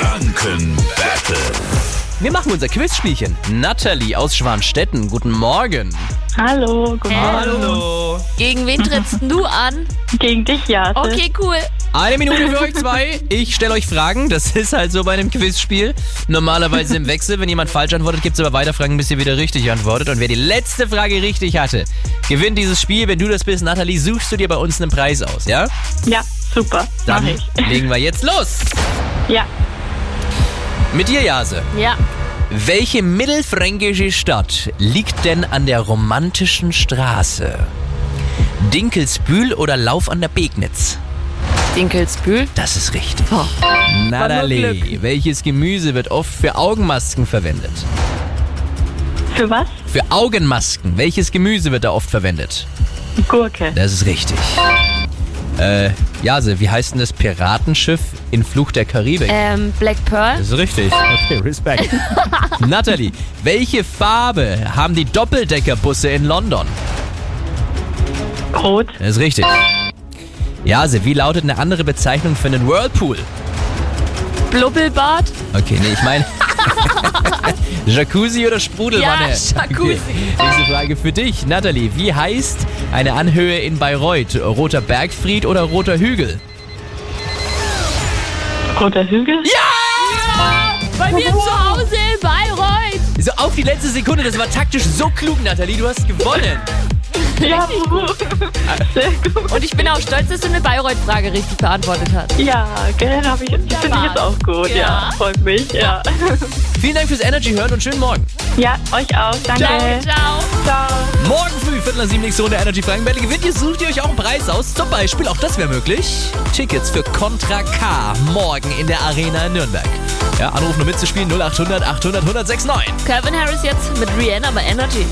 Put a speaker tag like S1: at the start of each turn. S1: Franken Battle.
S2: Wir machen unser Quizspielchen. Natalie aus Schwanstetten, guten Morgen.
S3: Hallo, guten Morgen.
S2: Hallo.
S4: Gegen wen trittst du an?
S3: Gegen dich, ja.
S4: Okay, cool.
S2: Eine Minute für euch zwei. Ich stelle euch Fragen. Das ist halt so bei einem Quizspiel. Normalerweise im Wechsel. Wenn jemand falsch antwortet, gibt es aber weiter Fragen, bis ihr wieder richtig antwortet. Und wer die letzte Frage richtig hatte, gewinnt dieses Spiel. Wenn du das bist, Natalie, suchst du dir bei uns einen Preis aus, ja?
S3: Ja, super.
S2: Dann
S3: Mach ich.
S2: legen wir jetzt los.
S3: Ja,
S2: Mit dir, Jase.
S4: Ja.
S2: Welche mittelfränkische Stadt liegt denn an der romantischen Straße? Dinkelsbühl oder Lauf an der Begnitz?
S4: Dinkelsbühl.
S2: Das ist richtig.
S4: Oh.
S2: Nadalee, welches Gemüse wird oft für Augenmasken verwendet?
S3: für was?
S2: Für Augenmasken, welches Gemüse wird da oft verwendet?
S3: Gurke.
S2: Das ist richtig. Äh, Jase, wie heißt denn das Piratenschiff in Fluch der Karibik?
S4: Ähm, Black Pearl.
S2: Das ist richtig. Okay, Respekt. Natalie, welche Farbe haben die Doppeldeckerbusse in London?
S3: Rot.
S2: Das ist richtig. Jase, wie lautet eine andere Bezeichnung für einen Whirlpool?
S4: Blubbelbart.
S2: Okay, nee, ich meine. Jacuzzi oder Sprudelwanne?
S4: Ja, Jacuzzi.
S2: Okay. Nächste Frage für dich, Natalie. Wie heißt eine Anhöhe in Bayreuth? Roter Bergfried oder Roter Hügel?
S3: Roter Hügel.
S4: Bei mir zu Hause in Bayreuth.
S2: So, auf die letzte Sekunde, das war taktisch so klug, Natalie. Du hast gewonnen.
S3: Ja, wuhu. Sehr gut.
S4: Und ich bin auch stolz, dass du eine Bayreuth-Frage richtig beantwortet hast.
S3: Ja, gell, hab ich, finde ich jetzt auch gut. Ja,
S4: Ja.
S3: freut mich. Ja.
S2: Vielen Dank fürs Energy hören und schönen Morgen.
S3: ja, euch auch. Danke.
S4: Ciao.
S3: Ciao.
S2: Morgen früh, Viertel nach sieben, nächste Runde Energy Fragen Battle gewinnt. Ihr sucht ihr euch auch einen Preis aus. Zum Beispiel, auch das wäre möglich, Tickets für Contra K morgen in der Arena in Nürnberg. Ja, anrufen, um mitzuspielen 0800 800 1069.
S4: Calvin Harris jetzt mit Rihanna bei Energy.